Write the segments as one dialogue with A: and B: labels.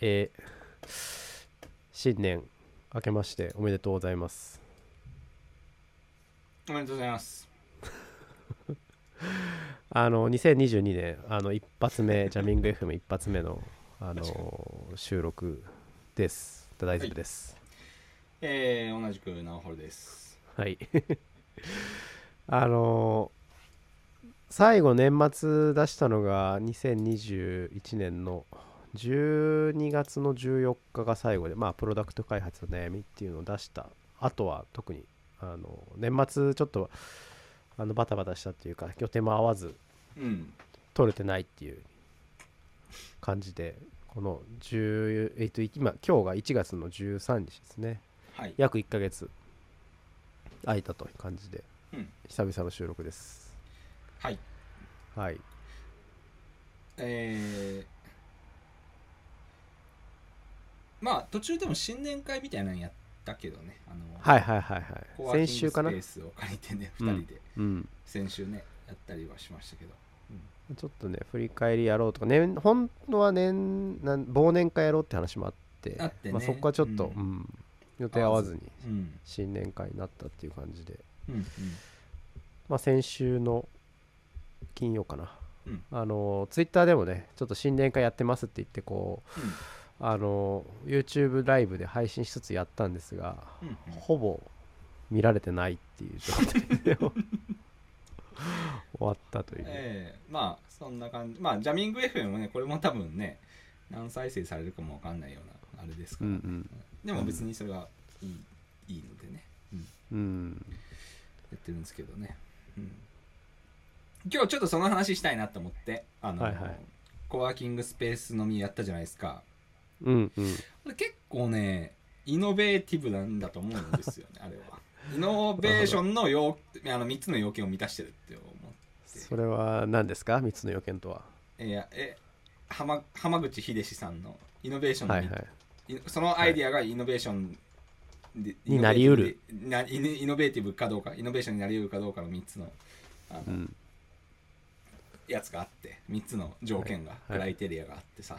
A: えー新年明けましておめでとうございます
B: おめでとうございます。
A: あの2022年あの一発目ジャミング FM 一発目の、あの収録です大丈夫です
B: えー、同じくナオホルです。
A: はい、 あの最後年末出したのが2021年の12月の14日が最後でまあプロダクト開発の悩みっていうのを出したあとは特にあの年末ちょっとあのバタバタしたっていうか予定も合わず
B: うん。
A: 取れてないっていう感じでこの10、えっと、今今日が1月の13日ですね
B: はい。
A: 約1ヶ月空いたという感じで、
B: うん
A: 久々の収録です
B: はい。
A: はい
B: えー、まあ、途中でも新年会みたいなのやったけどね。あの、
A: はいはいはい
B: コ
A: は
B: ワー
A: い先
B: キング
A: 週かな
B: スペースを借りてね、
A: うん
B: 2人で、
A: うん
B: 先週ね、やったりはしましたけど。
A: ちょっとね振り返りやろうとか年本当は年なん忘年会やろうって話もあって
B: あってね
A: まあ、そこはちょっと、
B: う
A: うん予定合わずに
B: うん。
A: 新年会になったっていう感じで、
B: うん。うん。
A: まあ、先週の金曜かな、
B: うん
A: あのツイッターでもねちょっと新年会やってますって言ってこう
B: うん
A: あの YouTube ライブで配信しつつやったんですが、
B: うんうん
A: ほぼ見られてないっていう状態で 終わったという、
B: えー、まあ、そんな感じ。まあ、ジャミング FM もね、これも多分ね、何再生されるかもわかんないような、あれですか
A: う
B: ら。
A: ん
B: でも別にそれはいい、いいのでね。うん。
A: うんうん
B: やってるんですけどね、うん、今日ちょっとその話したいなと思ってあの、
A: はいはい
B: コワーキングスペース飲みやったじゃないですか
A: うんうん
B: これ結構ねイノベーティブなんだと思うんですよ ねあれはイノベーションの要あの3つの要件を満たしてるって思う
A: それは何ですか3つの予見とは、
B: えいやえ浜浜口秀志さんのイノベーションの
A: はい
B: 三つ
A: はい
B: いそのアイディアがイノベーションで
A: になりうる
B: なイノイノベーティブかどうかイノベーションになりうるかどうかの3つのあの、
A: うん
B: やつがあって3つの条件が、
A: はい
B: クライテリアがあってさ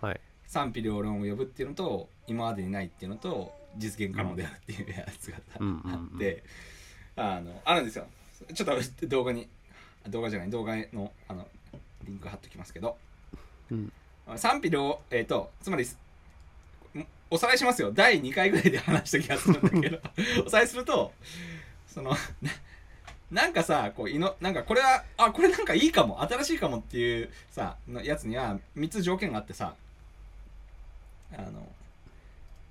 A: はい
B: 賛否両論を呼ぶっていうのと今までにないっていうのと実現可能であるっていうやつが
A: うんうんうん
B: あってあのあるんですよちょっと動画に動画じゃない動画のあのリンク貼っときますけど
A: うん
B: 賛否両えっ、とつまりすんおさらいしますよ第2回ぐらいで話した気がするん だけどおさらいするとそのななんかさこういのなんかこれはあこれなんかいいかも新しいかもっていうさのやつには3つ条件があってさあの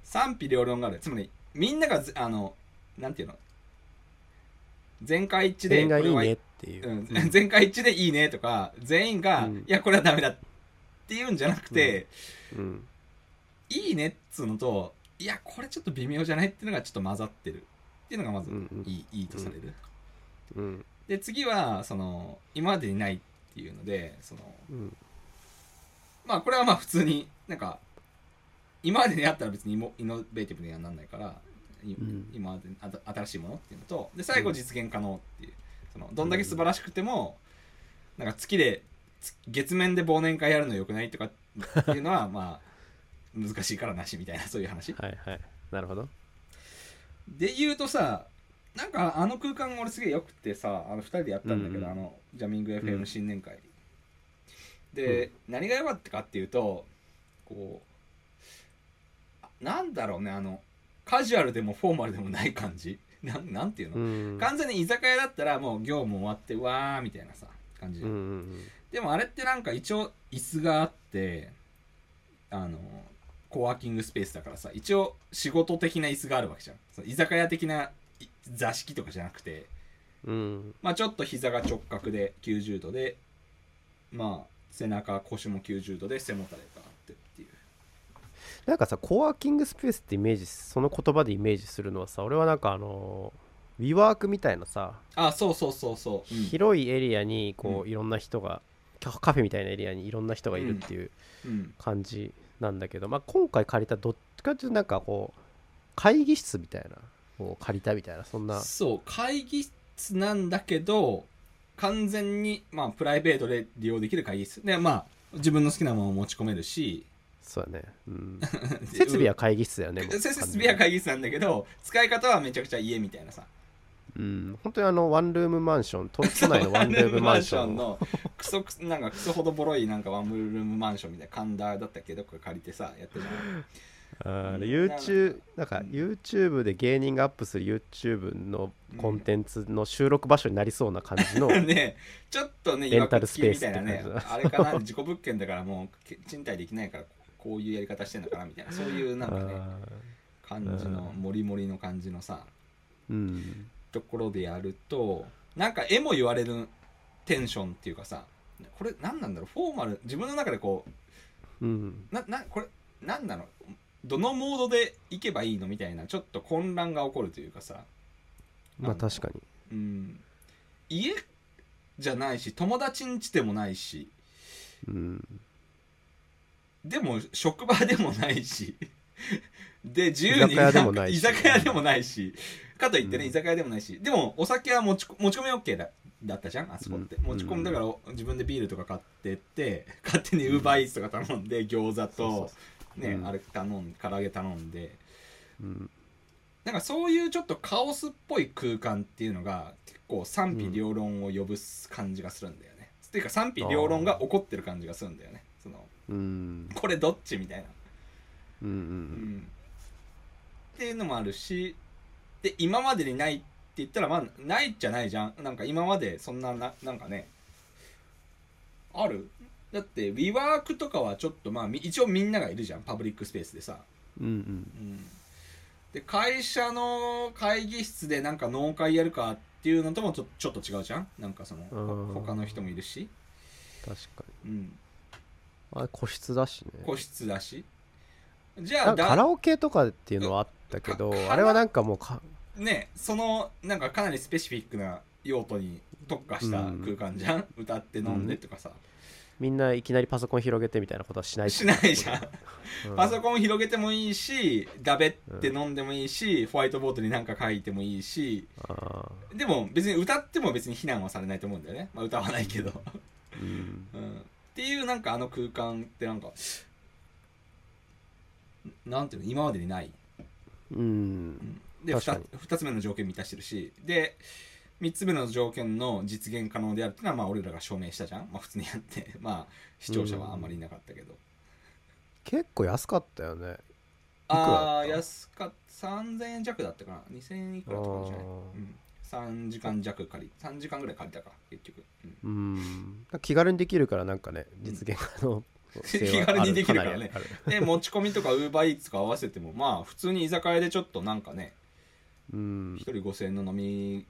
B: 賛否両論があるつまりみんながずあのなんていうの全会一致で
A: 全員がいい
B: これは
A: ねっていう、
B: うん、全会一致でいいねとか全員が、
A: うん
B: いやこれはダメだっていうんじゃなくて、
A: うん
B: いいねっつうのといやこれちょっと微妙じゃないっていうのがちょっと混ざってるっていうのがまずいい,、
A: うんうん
B: いいとされる、
A: うん
B: で次はその今までにないっていうのでその
A: うん
B: まあこれはまあ普通になんか今までにあったら別にイモイノベーティブにはなんないから、い
A: うん
B: 今までにあた新しいものっていうのとで最後実現可能っていうそのどんだけ素晴らしくても、なんか月でつ月面で忘年会やるのよくないとかっていうのはまあ難しいからなしみたいなそういう話
A: はいはいなるほど
B: で言うとさなんかあの空間俺すげえよくてさあの2人でやったんだけど、
A: うんうん
B: あのジャミング
A: うん
B: FM 新年会、で、何が良かったかっていうとこうあなんだろうねあのカジュアルでもフォーマルでもない感じなんなんていう
A: う
B: の、
A: ん
B: 完全に居酒屋だったらもう業務終わってうわーみたいなさ感じ
A: うんうん
B: でもあれってなんか一応椅子があってあのコワーキングスペースだからさ一応仕事的な椅子があるわけじゃんその居酒屋的ない座敷とかじゃなくて
A: うんうん
B: まあちょっと膝が直角で90度でまあ背中腰も90度で背もたれがあってっていう
A: なんかさコワーキングスペースってイメージその言葉でイメージするのはさ俺はなんかあのウィワークみたいなさ
B: あそうそうそうそう、うん
A: 広いエリアにこ
B: う
A: ういろんな人がカカフェみたいなエリアにいろんな人がいるっていう
B: うん
A: 感じなんだけど、まあ、今回借りたどっちかっていうとなんかこう会議室みたいなを借りたみたいなそんな
B: そう会議室なんだけど完全にまあプライベートで利用できる会議室でまあ自分の好きなものを持ち込めるし
A: そうだね、 うん、設備は会議室だよねもう
B: 設備は会議室なんだけど使い方はめちゃくちゃ家みたいなさ
A: うん本当にあのワンルームマンション都都内の ワンルームマンションの
B: のクソクソなんかクソほどボロいなんかワンルームマンションみたいな神田だったっけどっか借りてさやってる
A: あれ YouTube なんか YouTube で芸人がアップする YouTube のコンテンツの収録場所になりそう な感じの、
B: ねちょっとね
A: レンタルスペース
B: いわくつきみたいな
A: って
B: ね
A: 感
B: あれかな自己物件だからもうけ賃貸できないからこういうやり方してんのかなみたいなそういうなんかね
A: あ
B: 感じのモリモリの感じのさ
A: ーうん
B: ところでやるとなんか絵も言われるテンションっていうかさこれ何なんだろうフォーマル自分の中でこう
A: うん
B: ななこれ何なのどのモードで行けばいいのみたいなちょっと混乱が起こるというかさ
A: ま
B: な
A: あ
B: んか
A: 確かに
B: うん家じゃないし友達ん家でもないし
A: うん
B: でも職場でもないし で自由に
A: 居酒屋でもないし
B: 居酒屋でもないしかといってね、
A: うん
B: 居酒屋でもないしでもお酒は持ちこ持ち込み OK だだったじゃんあそこって、
A: うん
B: 持ち込みだから自分でビールとか買ってって勝手にウーバーイーツとか頼んで餃子
A: そうそう
B: とね、
A: うん
B: あれ頼ん唐揚げ頼んで
A: うん
B: なんかそういうちょっとカオスっぽい空間っていうのが結構賛否両論を呼ぶ感じがするんだよね。っていうか賛否両論が起こってる感じがするんだよね。その
A: うん
B: これどっちみたいな、
A: うんう
B: うんん。っていうのもあるしで今までにないって言ったらまあないじゃないじゃん。なんか今までそんなななんかねあるだってウィワークとかはちょっとまあみ一応みんながいるじゃんパブリックスペースでさ。
A: うんうん
B: うんで会社の会議室でなんか農会やるかっていうのともちょちょっと違うじゃんなんかその
A: うん
B: ほ他の人もいるし、
A: 確かに
B: うん、
A: あれ個室だしね
B: 個室だしじゃ
A: な
B: あ
A: んかカ
B: だ
A: ラオケとかっていうのはあったけど
B: かか
A: あれはなんかもうか
B: ねそのなんかかなりスペシフィックな用途に特化した
A: うん
B: 空間じゃん、歌って飲んでとかさ、
A: みんないきなりパソコン広げてみたいなことはしない
B: しないじゃん
A: うん
B: パソコン広げてもいいしだべって飲んでもいいし、ホワイトボードになんか書いてもいいし
A: あ
B: でも別に歌っても別に非難はされないと思うんだよね、まあ、歌わないけど
A: ーうん
B: うんっていうなんかあの空間ってなんかなんていうの今までにない、
A: うん
B: で 2,
A: 確かに
B: 二つ目の条件満たしてるしで3つ目の条件の実現可能であるっていうのはまあ俺らが証明したじゃん、まあ、普通にやって まあ視聴者はあんまりいなかったけど、
A: 結構安かったよねくらだった
B: ああ安かった3000円弱だったかな2000円いくらとかじゃない
A: あー、
B: うん、3時間弱借り3時間ぐらい借りたか結局、うん
A: うん気軽にできるからなんかね実現可能性はあ
B: 気軽にできるからね
A: かなりある
B: で持ち込みとかウーバーイーツとか合わせてもまあ普通に居酒屋でちょっとなんかね
A: うん
B: 1人5000円の飲み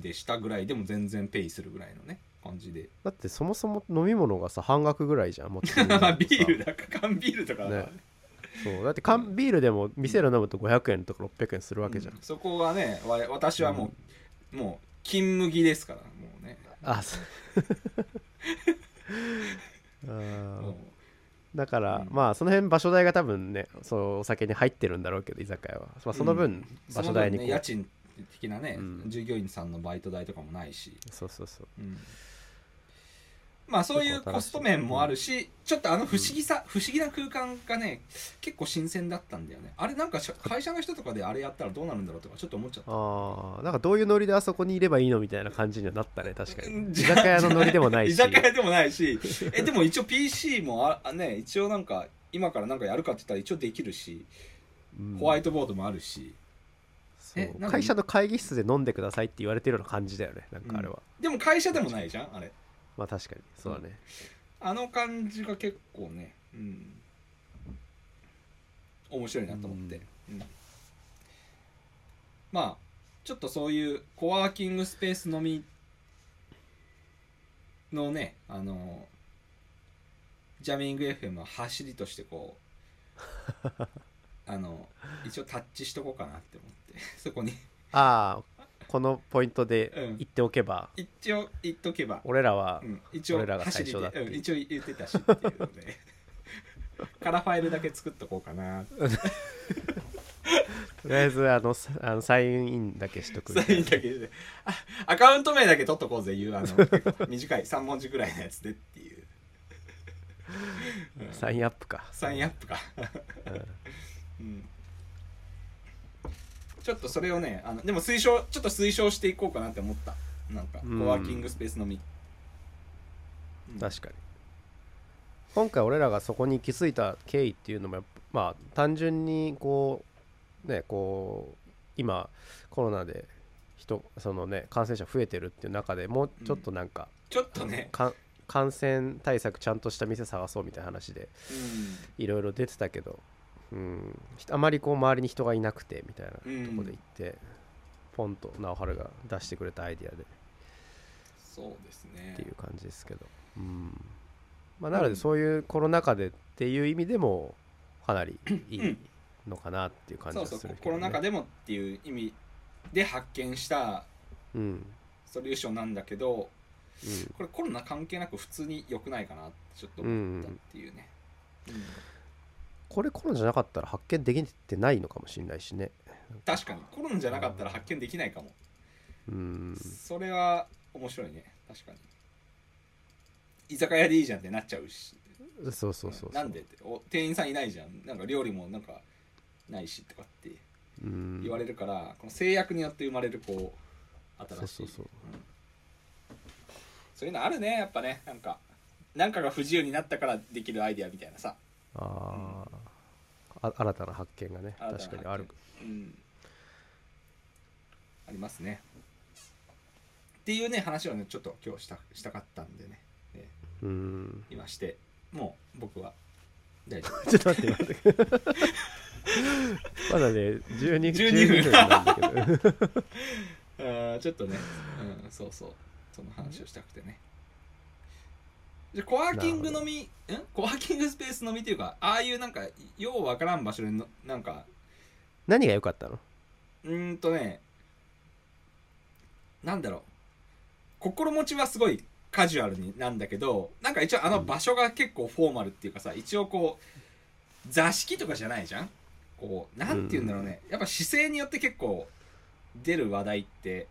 B: でしたぐらいでも全然ペイするぐらいのね感じで
A: だってそもそも飲み物がさ半額ぐらいじゃんもちろん
B: まあ ビールだか缶ビールとかだから
A: ねそうだって缶ビールでも店で飲むと500円とか600円するわけじゃん、
B: うんそこはねわ私はもう、もう金麦ですからもうね
A: あそう あー
B: もう
A: だから、
B: うん
A: まあその辺場所代が多分ねそうお酒に入ってるんだろうけど居酒屋は、まあ、その
B: う
A: 分場所代に
B: そ
A: こう、
B: の分ね家賃的なね、
A: うん
B: 従業員さんのバイト代とかもないし
A: そうそうそう
B: うんまあそういうコスト面もあるし、ちょっとあの不思議さ、不思議な空間がね結構新鮮だったんだよねあれなんかし会社の人とかであれやったらどうなるんだろうとかちょっと思っちゃった
A: ああなんかどういうノリであそこにいればいいのみたいな感じにはなったね確か
B: うん
A: に居酒屋のノリでもないし
B: 居 酒屋でもない しえでも一応 PC もああね一応なんか今からなんかやるかって言ったら一応できるし
A: うん
B: ホワイトボードもあるし、
A: そう
B: えなんか
A: 会社の会議室で飲んでくださいって言われてるような感じだよねなんかあれは、
B: でも会社でもないじゃんあれ
A: まあ確かにそうだね、
B: あの感じが結構ね、うん、面白いなと思って、うんまあちょっとそういうコワーキングスペースのみのねあのジャミング FM は走りとしてこ うあの一応タッチしとこうかなって思ってそこに
A: ああこのポイント
B: う
A: で
B: ん
A: 言っておけば、
B: 一応言っとけば
A: 俺らは
B: うん、一応
A: 俺らが
B: 走
A: 最
B: り
A: 初だって
B: で、うん、一応言ってたしっていうので からファイルだけ作っとこうかな
A: とりあえずあのさあのサインインだけしとくみ
B: サ
A: たい
B: イン
A: な
B: だけであアカウント名だけ取っとこう ぜいうあの短い3文字ぐらいのやつでっていう、うん
A: サインアップか
B: サインアップか、 うん、ちょっとそれをねあのでも推奨ちょっと推奨していこうかなって思ったなんか
A: うん
B: コワーキングスペースのみ、うん
A: 確かに今回俺らがそこに気づいた経緯っていうのもやっぱまあ単純にこうねこう今コロナで人そのね感染者増えてるっていう中でもうちょっとなんか,、
B: ちょっとね、
A: かん感染対策ちゃんとした店探そうみたいな話でいろいろ出てたけど、うん、ひあまりこう周りに人がいなくてみたいなと
B: うん
A: こで行って、ポンと直春が出してくれたアイディアで
B: そうです
A: ってい
B: ね
A: う感じですけど、うんまあ、なのでそういうコロナ禍でっていう意味でもかなりいいのかなっていう感じが
B: そう
A: す
B: そ
A: る
B: う
A: けどね、
B: コロナ禍でもっていう意味で発見した
A: うん、うん
B: ソリューションなんだけどこれコロナ関係なく普通に良くないかなってちょっと思ったっていうね、うん
A: これコロナじゃなかったら発見できてないのかもしれないしね
B: 確かにコロナじゃなかったら発見できないかも、
A: うん
B: それは面白いね確かに居酒屋でいいじゃんってなっちゃうし
A: そうそうそう
B: なんでってお店員さんいないじゃんなんか料理もなんかないしとかって
A: うん
B: 言われるから、この制約によって生まれるこう新しい
A: そうそうそうん
B: そういうのあるねやっぱねなんかなんかが不自由になったからできるアイディアみたいなさ、
A: あーあ新たな発見がね
B: 新たな
A: 確かにある
B: 発うん、ありますねっていうね話をねちょっと今日したしたかったんでね
A: うん
B: 今してもう僕は大丈夫
A: ちょっと待って待ってまだね12
B: 12
A: 12分なんだけど
B: あーちょっとね、うん、そうそうその話をしたくてねじゃあコワーキングのみんコワーキングスペースのみっていうかああいうなんかようわからん場所でのなんか
A: 何が良かったの
B: うーんとねなんだろう心持ちはすごいカジュアルになんだけどなんか一応あの場所が結構フォーマルっていうかさ一応こう座敷とかじゃないじゃんこうなんて言うんだろうね、やっぱ姿勢によって結構出る話題って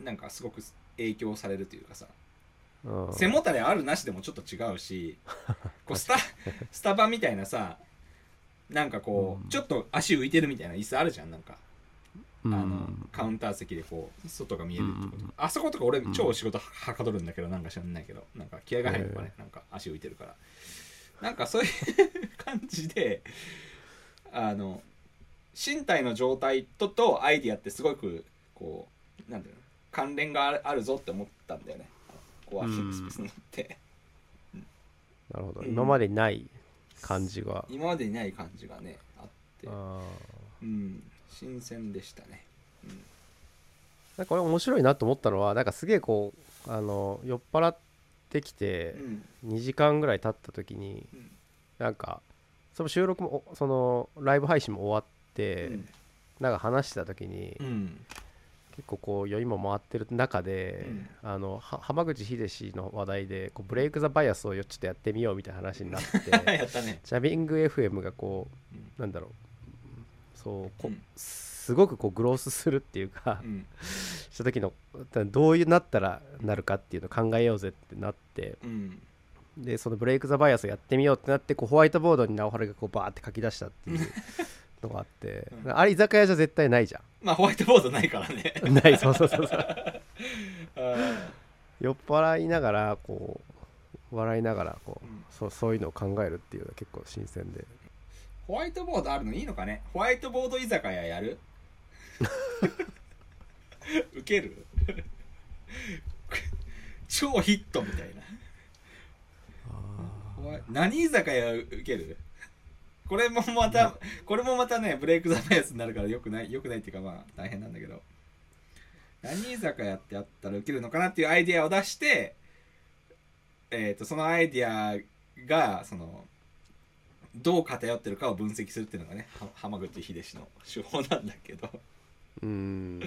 B: なんかすごく影響されるというかさ
A: うん
B: 背もたれあるなしでもちょっと違う しこうスタスタバみたいなさなんかこう、
A: うん
B: ちょっと足浮いてるみたいな椅子あるじゃんなんか
A: うん
B: あのカウンター席でこう外が見えるってこと
A: うん
B: あそことか俺
A: うん
B: 超仕事ははかどるんだけどなんか知らないけどなんか気合が入るのかねなんか足浮いてるからなんかそういう 感じであの身体の状態ととアイディアってすごくこうなんていうの関連があるあるぞって思ったんだよねコワーキングスペースになって
A: なるほど、
B: うん
A: 今までにない感じが
B: 今までにない感じがねあって
A: あ
B: うん新鮮でしたねうん
A: なんか俺面白いなと思ったのはなんかすげえこうあの酔っ払ってきて
B: うん
A: 2時間ぐらい経った時に
B: うん
A: なんかその収録もおそのライブ配信も終わっ
B: う
A: て、
B: ん
A: なんか話してた時に、
B: うん
A: 結構こう酔いも回ってる中で、
B: うん
A: あのは浜口秀氏の話題でこうブレイク・ザ・バイアスをよちょっとやってみようみたいな話に なって
B: やったね
A: ジャビング FM がこう
B: うん
A: なんだろうそうこ
B: うん
A: すごくこうグロースするっていうか、
B: うん
A: した時のどういうなったらなるかっていうのを考えようぜってなって
B: うん
A: でそのブレイク・ザ・バイアスをやってみようってなってこうホワイトボードに直春がこうバーって書き出したっていうのがあって、
B: うん
A: あれ居酒屋じゃ絶対ないじゃ
B: まあホワイトボードないからね。
A: ん ないそうそうそうそう
B: あ
A: 酔っ払いながらこう笑いながらこう、
B: うん
A: そうそういうのを考えるっていうのは結構新鮮で
B: ホワイトボードあるのいいのかねホワイトボード居酒屋やるウケる 超ヒットみたいなホワイ。何居酒屋ウケるこれもまた、これもまたね、ブレイクザバイアスになるからよくない、よくないっていうかまあ大変なんだけど。何居酒屋ってあったらウケるのかなっていうアイディアを出して、えっ、と、そのアイディアが、その、どう偏ってるかを分析するっていうのがね、は浜口秀氏の手法なんだけど、
A: うん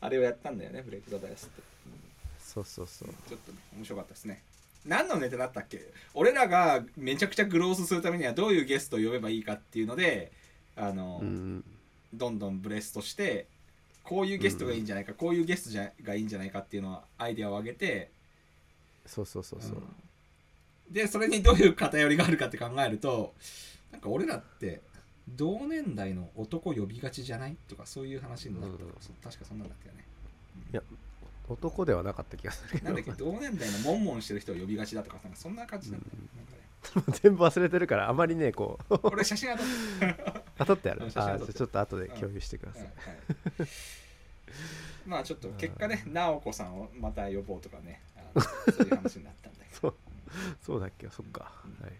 B: あれをやったんだよね、ブレイクザバイアスって。
A: そうそうそう
B: ちょっとね面白かったですね何のネタだったっけ俺らがめちゃくちゃグロースするためにはどういうゲストを呼べばいいかっていうのであの、
A: うん
B: どんどんブレストしてこういうゲストがいいんじゃないか、こういうゲストじゃがいいんじゃないかっていうのをアイデアを上げて
A: そうそうそうそう、
B: うんでそれにどういう偏りがあるかって考えるとなんか俺らって同年代の男呼びがちじゃないとかそういう話になった、
A: うん
B: そ確かそんなんだったよね
A: いや男ではなかった気がするけ
B: なん
A: ど
B: だっけ同年代のモンモンしてる人を呼びがちだとかなんかそんな感じなんだよ、なんか ね、
A: 全部忘れてるからあまりねこう
B: 俺写真当たって
A: 当たってやる
B: う
A: あ
B: ん
A: ー
B: 写
A: じ
B: 真
A: ゃあ
B: 撮って
A: ちょっと後で共有してください、
B: はいまあちょっと結果ね、直子さんをまた呼ぼうとかね、あのそういう話になったん だけど。
A: そうそうだっけそっか、はい、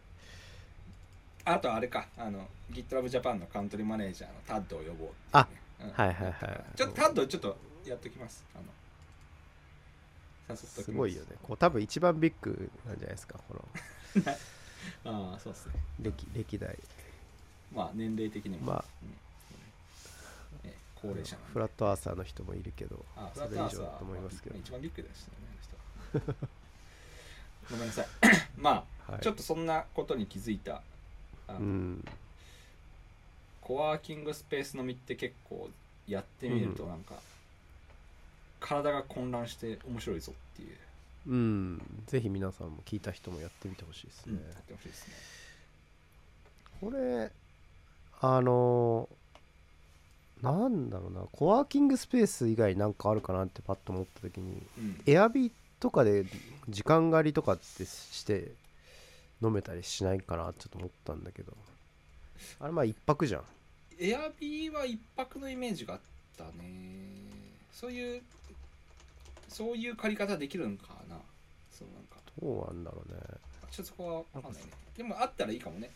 B: あとあれか、あの GitLab Japan のカントリーマネージャーのタッドを呼ぼう
A: あ
B: うん
A: はいはいはい
B: ちょっとタッドちょっとやっときます。あの誘っときます
A: ごいよね。こう多分一番ビッグなんじゃないですかこの
B: ああ、そうですね。
A: 歴歴代
B: まあ年齢的にも。
A: まあ
B: うんえ高齢者なんで
A: フラットアーサーの人もいるけど
B: あ
A: それ以上だと思いますけど
B: フラットアーサーは一番ビッグでしたよね、あの人 ごめんなさい。まあ、
A: はい
B: ちょっとそんなことに気づいた。あの
A: うん
B: コワーキングスペース飲みって結構やってみるとなんか、体が混乱して面白いぞっていう、
A: うんぜひ皆さんも聞いた人もやってみてほしいですね、
B: やってほしいですね。
A: これあのなんだろうなコワーキングスペース以外なんかあるかなってパッと思った時に
B: うん、
A: エアビーとかで時間狩りとかってして飲めたりしないかなちょっと思ったんだけどあれまあ一泊じゃん
B: エアビーは一泊のイメージがあったね。そういう、そういう借り方できるんかな。そうなんか
A: どうなんだろうね
B: ちょっとそこはわかんないね。でもあったらいいかもね。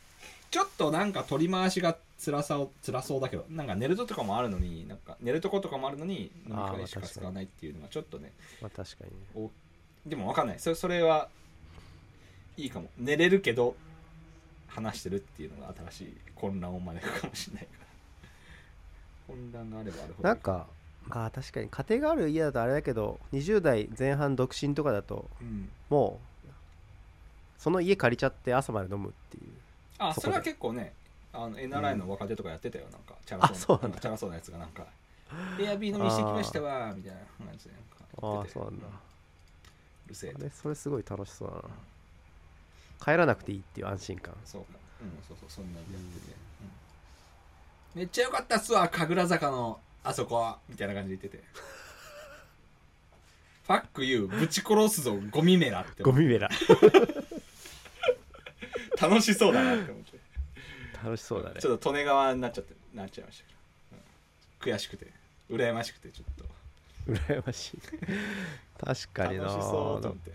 B: ちょっとなんか取り回しが辛さを辛そうだけど、なんか寝るととかもあるのに、なんか寝るとことかもあるのに、飲
A: あ
B: み
A: ーまあ
B: 会し
A: 確か
B: か
A: に
B: 使わないっていうのがちょっとね、
A: まあ確かにね
B: おでもわかんない。それそれはいいかも。寝れるけど、話してるっていうのが新しい混乱を招くかもしれないから。混乱があればあるほど。
A: なんかまあ確かに家庭がある家だとあれだけど20代前半独身とかだと
B: うん。
A: もうその家借りちゃって朝まで飲むっていう
B: あ、
A: そこで
B: それは結構ね、あの NRI の若手とかやってたよ、なんか、チャ
A: あそうなんだ
B: チャラそうなやつがなんか、エアビー飲みしてきましたわ、みたいな感じでなんか
A: あ
B: やっ
A: あ
B: てて
A: そうなんだ
B: うるせえ
A: あ
B: と
A: れそれすごい楽しそうだな帰らなくていいっていう安心感
B: そうか、うん、そうそう、そんなにやってて、うんめっちゃ良かったっすわ、神楽坂のあそこ、みたいな感じで言って て。ファックユー、ぶち殺すぞ、ゴミめらって
A: ゴ、ミベ ラ
B: 楽しそうだなって思って。
A: 楽しそうだね
B: ちょっと利根川になっちゃって、なっちゃいましたけど、うん悔しくて、羨ましくて、ちょっと。
A: 羨ましい確かにな
B: 楽しそうと思って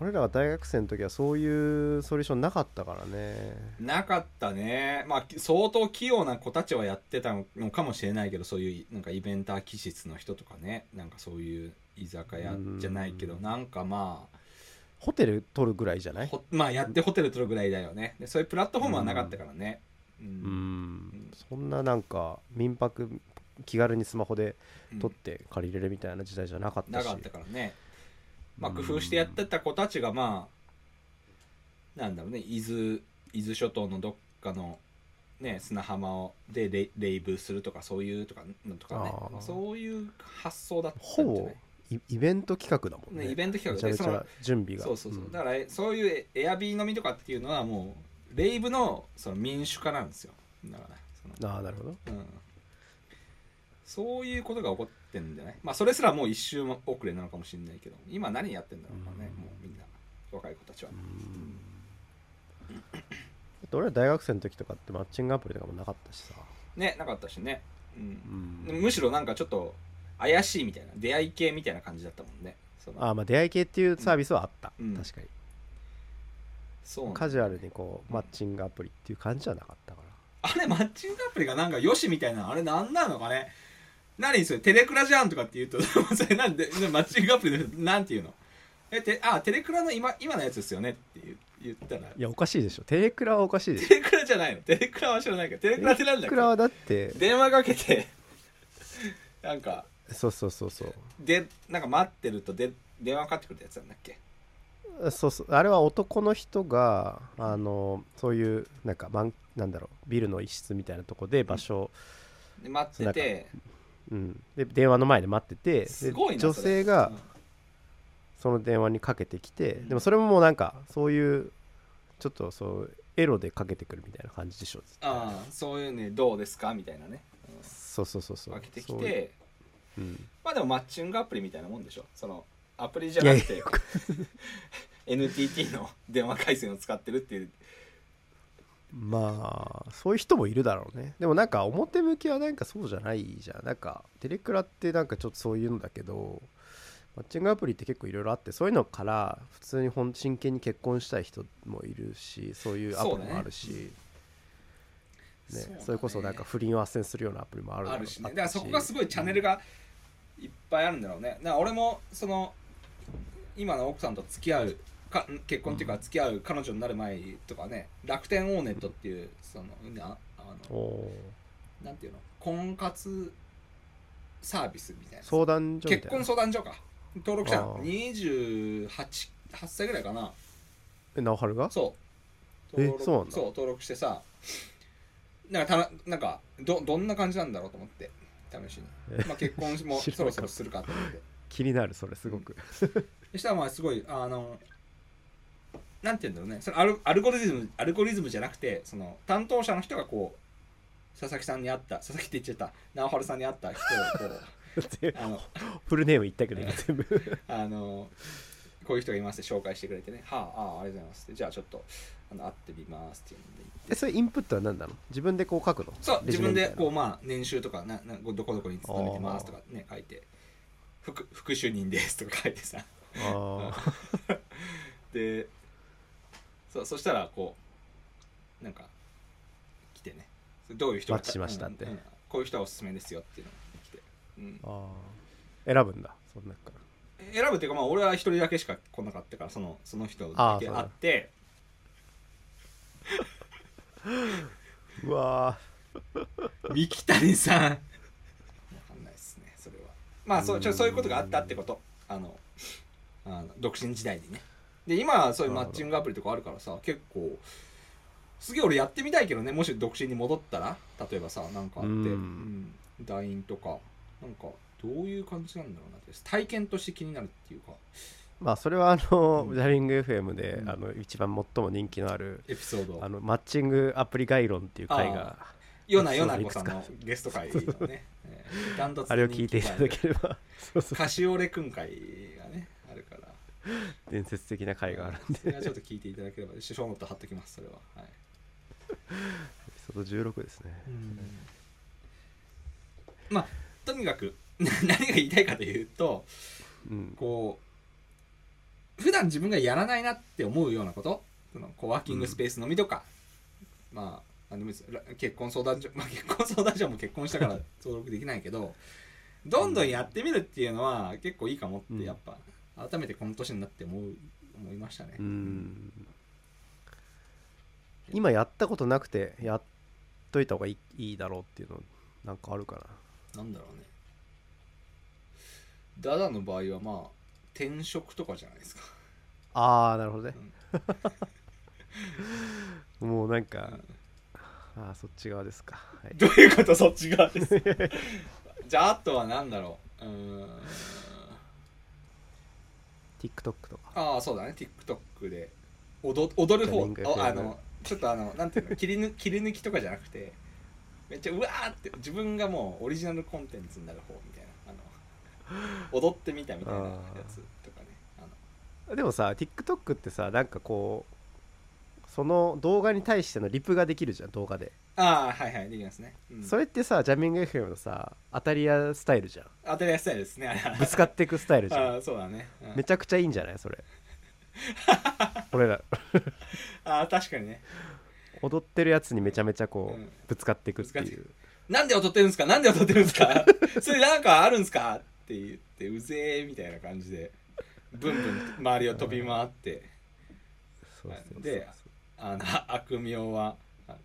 A: 俺らが大学生の時はそういうソリューションなかったからね
B: なかったねまあき相当器用な子たちはやってたのかもしれないけどそういうなんかイベンター気質の人とかねなんかそういう居酒屋じゃないけど
A: うん
B: なんかまあ
A: ホテル取るぐらいじゃない
B: ほまあやってホテル取るぐらいだよねでそういうプラットフォームはなかったからねう
A: うんんそんななんか民泊気軽にスマホで
B: うん
A: 取って借りれるみたいな時代じゃなかった
B: な
A: し
B: かったからねまあ工夫してやってた子たちがまあなんだろうね伊豆伊豆諸島のどっかのね砂浜をでレイレイブするとかそういうとかのとかね
A: あー
B: そういう発想だったんじ
A: ほ
B: ゃない
A: ぼイイベント企画だもんね
B: ねイベント企
A: め
B: 画
A: ちゃめち
B: でその
A: ゃ準備が
B: そうそうそう、
A: ん
B: だからえそういうエエアビー飲みとかっていうのはもうレイブのその民主化なんですよだからその
A: ああなるほど
B: うん、そういうことが起こってんじゃないまあそれすらもう一周遅れなのかもしれないけど今何やってんだろうかね、
A: うん
B: もうみんな若い子たちは、
A: うんだって俺ら大学生の時とかってマッチングアプリとかもなかったしさ、
B: ねなかったしね、うん
A: うん
B: むしろなんかちょっと怪しいみたいな出会い系みたいな感じだったもんねその
A: ああまあ出会い系っていうサービスはあった、
B: うん
A: 確かに
B: そうなんだ
A: カジュアルにこうマッチングアプリっていう感じはなかったから
B: あれマッチングアプリがなんかよしみたいなのあれなんなのかね何それテレクラじゃんとかって言うと それなんでマッチングアプリでなんて言うのえてあテレクラの今今のやつですよねって言う言ったら
A: いやおかしいでしょテレクラはおかしいでしょ
B: テレクラじゃないのテレクラは知らないけどテレクラってなん
A: テ
B: だ
A: レ
B: っ
A: クラ
B: け
A: はだって
B: 電話かけてなんか
A: そうそうそうそう
B: でなんか待ってるとで電話かかってくるやつなんだっけ
A: そうそうあれは男の人があのそういうなんかマンなんだろうビルの一室みたいなとこで場所、
B: で待ってて
A: うんで電話の前で待っててです
B: ごいな
A: 女
B: それ
A: 性が
B: うん
A: その電話にかけてきて、
B: うん
A: でもそれももうなんかそういうちょっとそうエロでかけてくるみたいな感じでしょ
B: ああそういうねどうですかみたいなね
A: そうそうそうそう
B: 分けてき
A: そういう
B: て
A: うん
B: まあでもマッチングアプリみたいなもんでしょそのアプリじゃなく
A: いやい
B: て NTT の電話回線を使ってるっていう
A: まあそういう人もいるだろうねでもなんか表向きはなんかそうじゃないじゃんなんかテレクラってなんかちょっとそういうのだけどマッチングアプリって結構いろいろあってそういうのから普通にほん真剣に結婚したい人もいるしそういうアプリもあるし、ね
B: うだね
A: それこそなんか不倫を斡旋するようなアプリもあるだ
B: あ
A: ろう
B: るし
A: あ
B: ね
A: った
B: だからそこがすごいチャンネルがいっぱいあるんだろうねだから俺もその今の奥さんと付き合うか結婚っていうか付き合う彼女になる前とかね楽天オーネットっていうそのなあ
A: お
B: の
A: お
B: なんていうの婚活サービスみたいな
A: 相談所み
B: 結
A: たい
B: 婚
A: な
B: 相談所か登録者
A: ああ
B: 28 8歳ぐらいかな
A: え直春が
B: そう
A: え
B: 登録
A: そうなんだ
B: 登録してさなんかたななんかどどんな感じなんだろうと思って試しに
A: え、
B: まあ、結婚も
A: 知らなかった
B: そろそろするかと思って
A: 気になるそれすごく、
B: そしたらまあすごいあのなんて言うんだろうねそのアルアルゴリズムアルゴリズムじゃなくてその担当者の人がこう佐々木さんに会った佐々木って言っちゃった直春さんに会った人を こうあの
A: フルネーム言ったけど今全部
B: あのこういう人がいますって紹介してくれてね「はあああありがとうございます」じゃあちょっとあの会ってみます」っていうので
A: えそれインプットは何なの自分でこう書くの
B: そう
A: レ
B: 自
A: ジュメ
B: 分
A: みたい
B: で
A: な
B: こうまあ年収とかななどこどこに勤めてますとかね書いて副副主任ですとか書いて さ
A: ああ
B: でそうそしたらこうなんか来てねそれどういう人が
A: マッチしましたって
B: うんうんこういう人はおすすめですよっていうのが来て、うん、
A: ああ選ぶんだそんなから
B: 選ぶっていうかまあ俺は一人だけしか来なかったからそのその人だけ
A: あーそうだ
B: 会って
A: うわ
B: 三木谷さんわかんないですねそれはまあそうちょ
A: うん
B: そういうことがあったってことあのあの独身時代にねで今はそういうマッチングアプリとかあるからさ結構すげえ俺やってみたいけどねもし独身に戻ったら例えばさなんかあって、
A: うん
B: うん、LINE とかなんかどういう感じなんだろうなって体験として気になるっていうか
A: まあそれはあの、
B: うん
A: ジャリング FM で、
B: うん
A: あの一番最も人気のある
B: エピソード
A: あのマッチングアプリ概論っていう回が
B: ヨナヨナコさん
A: そ
B: の
A: うい
B: ゲスト会のねえーダントツ
A: あれを聞いていただ
B: 人気
A: ければ そうそう
B: があるカシオレ君会がねあるから
A: 伝説的な回があるんで
B: それはちょっと聞いていただければ、ショーノット貼っときます、それは。はい。
A: エピソード16ですね
B: まあ、とにかく、 な何が言いたいかというと、
A: うん
B: こう、普段自分がやらないなって思うようなこと、そのコワーキングスペースのみとか、まあ、なんでもいいですら結婚相談所、ま あ、結婚相談所も結婚したから 登録できないけど、どんどんやってみるっていうのは結構いいかもって、やっぱ、改めてこの年になって思う、思いましたね。
A: うん今やったことなくてやっといた方がいいいいだろうっていうのなんかあるかな
B: なんだろうねダダの場合はまあ転職とかじゃないですか
A: ああなるほどね、もうなんか、ああそっち側ですか、はい、
B: どういうことそっち側ですじゃああとは何だろううーん
A: TikTok とか
B: ああそうだね TikTok で踊踊る方
A: ダニング
B: おあ
A: フェルム
B: のちょっとあのなんていうの切りぬ切り抜きとかじゃなくてめっちゃうわーって自分がもうオリジナルコンテンツになる方みたいなあの踊ってみたみたいなやつとかねあの
A: でもさ TikTok ってさなんかこうその動画に対してのリプができるじゃん動画で、
B: ああはいはいできますね、うん、
A: それってさジャミング FM のさ当たり屋スタイルじゃん
B: 当たりやすいですねあれは
A: ぶつかっていくスタイルじゃん
B: ああそうだね、うん
A: めちゃくちゃいいんじゃない それ俺ら
B: ああ確かにね
A: 踊ってるやつにめちゃめちゃこう、
B: うん
A: ぶつかっていくって
B: ぶつ
A: い
B: かっ
A: う
B: なんで踊ってるんですかなんで踊ってるんですか それなんかあるんですかって言ってうぜえみたいな感じでブンブン周りを飛び回って
A: そうそうそう
B: であの悪名はあの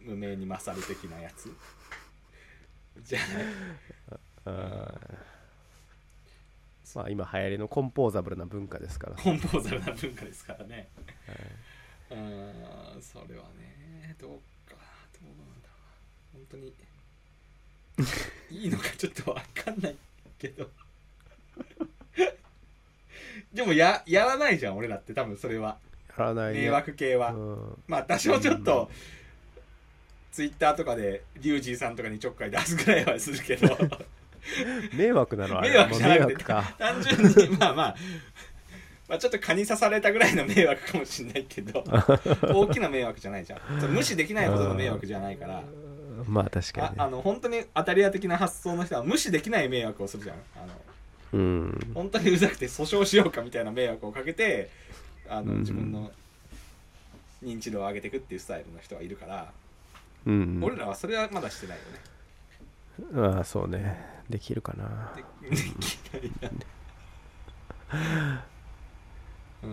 B: 無名に勝る的なやつじゃ
A: うんまあ今流行りのコンポーザブルな文化ですから
B: あコンポーザルな文化ですからねうーんそれはねどうかどうなんだろう本当にいいのかちょっとわかんないけどでもややらないじゃん俺だって多分それは
A: やらないね
B: 迷惑系は、
A: うん
B: まあ多少ちょっと、ツイッターとかでリュウジーさんとかにちょっかい出すぐらいはするけど
A: 迷惑なのあれ
B: 迷惑じゃな
A: まあ
B: く
A: 迷惑
B: て
A: か
B: 単純にまあまあまあちょっと蚊に刺されたぐらいの迷惑かもしれない けど大きな迷惑じゃないじゃんそれ無視できないほどの迷惑じゃないから
A: まあ確か
B: あ
A: に、
B: あ
A: ね、
B: の本当に当たり屋的な発想の人は無視できない迷惑をするじゃんあの
A: うん
B: 本当にうざくて訴訟しようかみたいな迷惑をかけてあの
A: うん
B: 自分の認知度を上げていくっていうスタイルの人はいるから、
A: うん
B: 俺らはそれはまだしてないよね
A: ああそうねできるかな
B: でできないな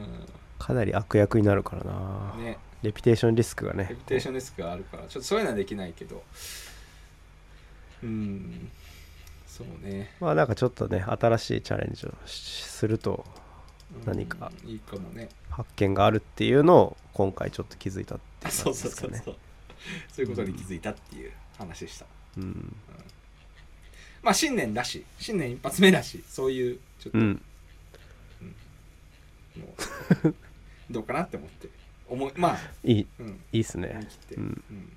A: かなり悪役になるから
B: う
A: なん
B: ね
A: レピュテーションリスクがね
B: レピュテーションリスクがあるからちょっとそういうのはできないけどうんそうね
A: まあなんかちょっとね新しいチャレンジをしすると
B: うん
A: 何か
B: いいかもね
A: 発見があるっていうのを今回ちょっと気づいたって
B: あ
A: い
B: そう
A: 感じ
B: うそ
A: で
B: う
A: すかね
B: そうそうそういうことに気づいたっていう話でした、
A: うん
B: まあ新年だし新年一発目だしそういうちょっと
A: う
B: も
A: ん
B: う、どうかなって思って思いまあ
A: いい
B: うん
A: いいっす
B: 思い
A: ね
B: 切って、
A: うん
B: うん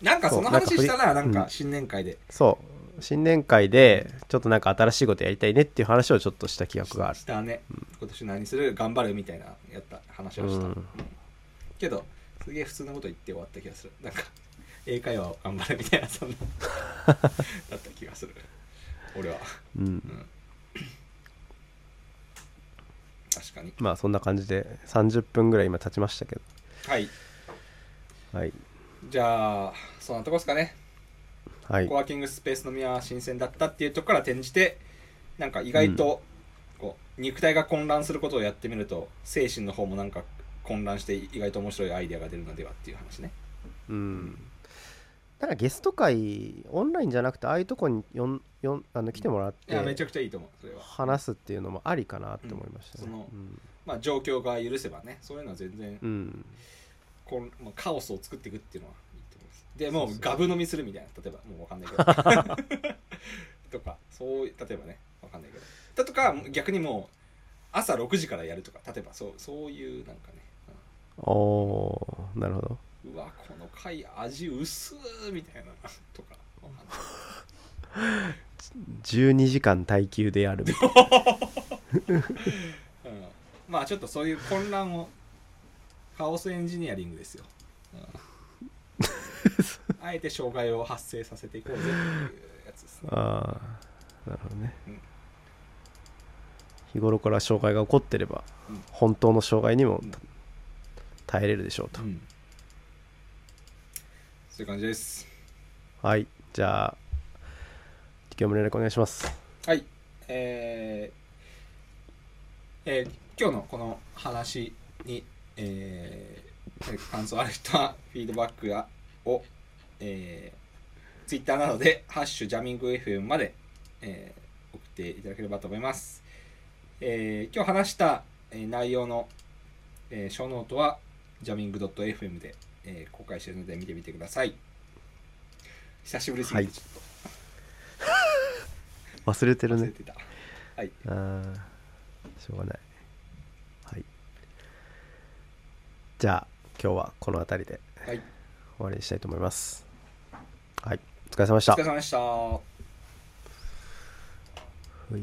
B: なんかその話したななんか新年会で
A: そう新年会でちょっとなんか新しいことやりたいねっていう話をちょっとした気ががある
B: したね、今年何する頑張るみたいなやった話をした、
A: うん
B: うんけどすげえ普通のこと言って終わった気がするなんか英会話を頑張るみたいな そんなだった気がする俺は
A: うん
B: うん確かに
A: まあそんな感じで30分ぐらい今経ちましたけど
B: はい
A: はい
B: じゃあそんなとこですかね、
A: はい
B: コワーキングスペースのみは新鮮だったっていうところから転じてなんか意外とこう肉体が混乱することをやってみると精神の方もなんか混乱して意外と面白いアイデアが出るのではっていう話ね
A: うんただゲスト会オンラインじゃなくてああいうとこによんよんあの来てもらっ
B: いやめ
A: て
B: ちゃくちゃいいと思うそれは、
A: 話すっていうのもありかなって思いましたね
B: うんそのまあ、状況が許せばねそういうのは全然
A: うんうん
B: こんまあ、カオスを作っていくっていうのはいいと思いますでもうガブ飲みするみたいな例えばもうわかんないけどとかそういう例えばねわかんないけどだとか逆にもう朝6時からやるとか例えばそうそういうなんかね、
A: おーなるほど
B: うんうわこの貝味薄ーみたいなとかわかんない
A: 12時間耐久でやるみたいな
B: うん、まあちょっとそういう混乱をカオスエンジニアリングですよ、うんあえて障害を発生させていこうぜっていうやつですね
A: ああなるほどね、
B: うん
A: 日頃から障害が起こってれば、
B: うん
A: 本当の障害にも
B: うん
A: 耐えれるでしょうと、
B: うんそういう感じです
A: はいじゃあ今日も連絡お願いします
B: はいえーえー今日のこの話に、えー感想ある人は フィードバックやを、えー、Twitter などで「ハッシュジャミング FM」まで、えー送っていただければと思います、えー今日話したえー内容の、えー、ショーノートはジャミング .fm で、えー公開しているので見てみてください久しぶりすぎてちょっと
A: 忘れてる
B: 忘れ
A: ね
B: てた、
A: あーしょうがないはいじゃあ今日はこの辺りで
B: はい
A: 終わりにしたいと思いますはいお疲れ様でし
B: お
A: た
B: 疲れ様でした
A: はい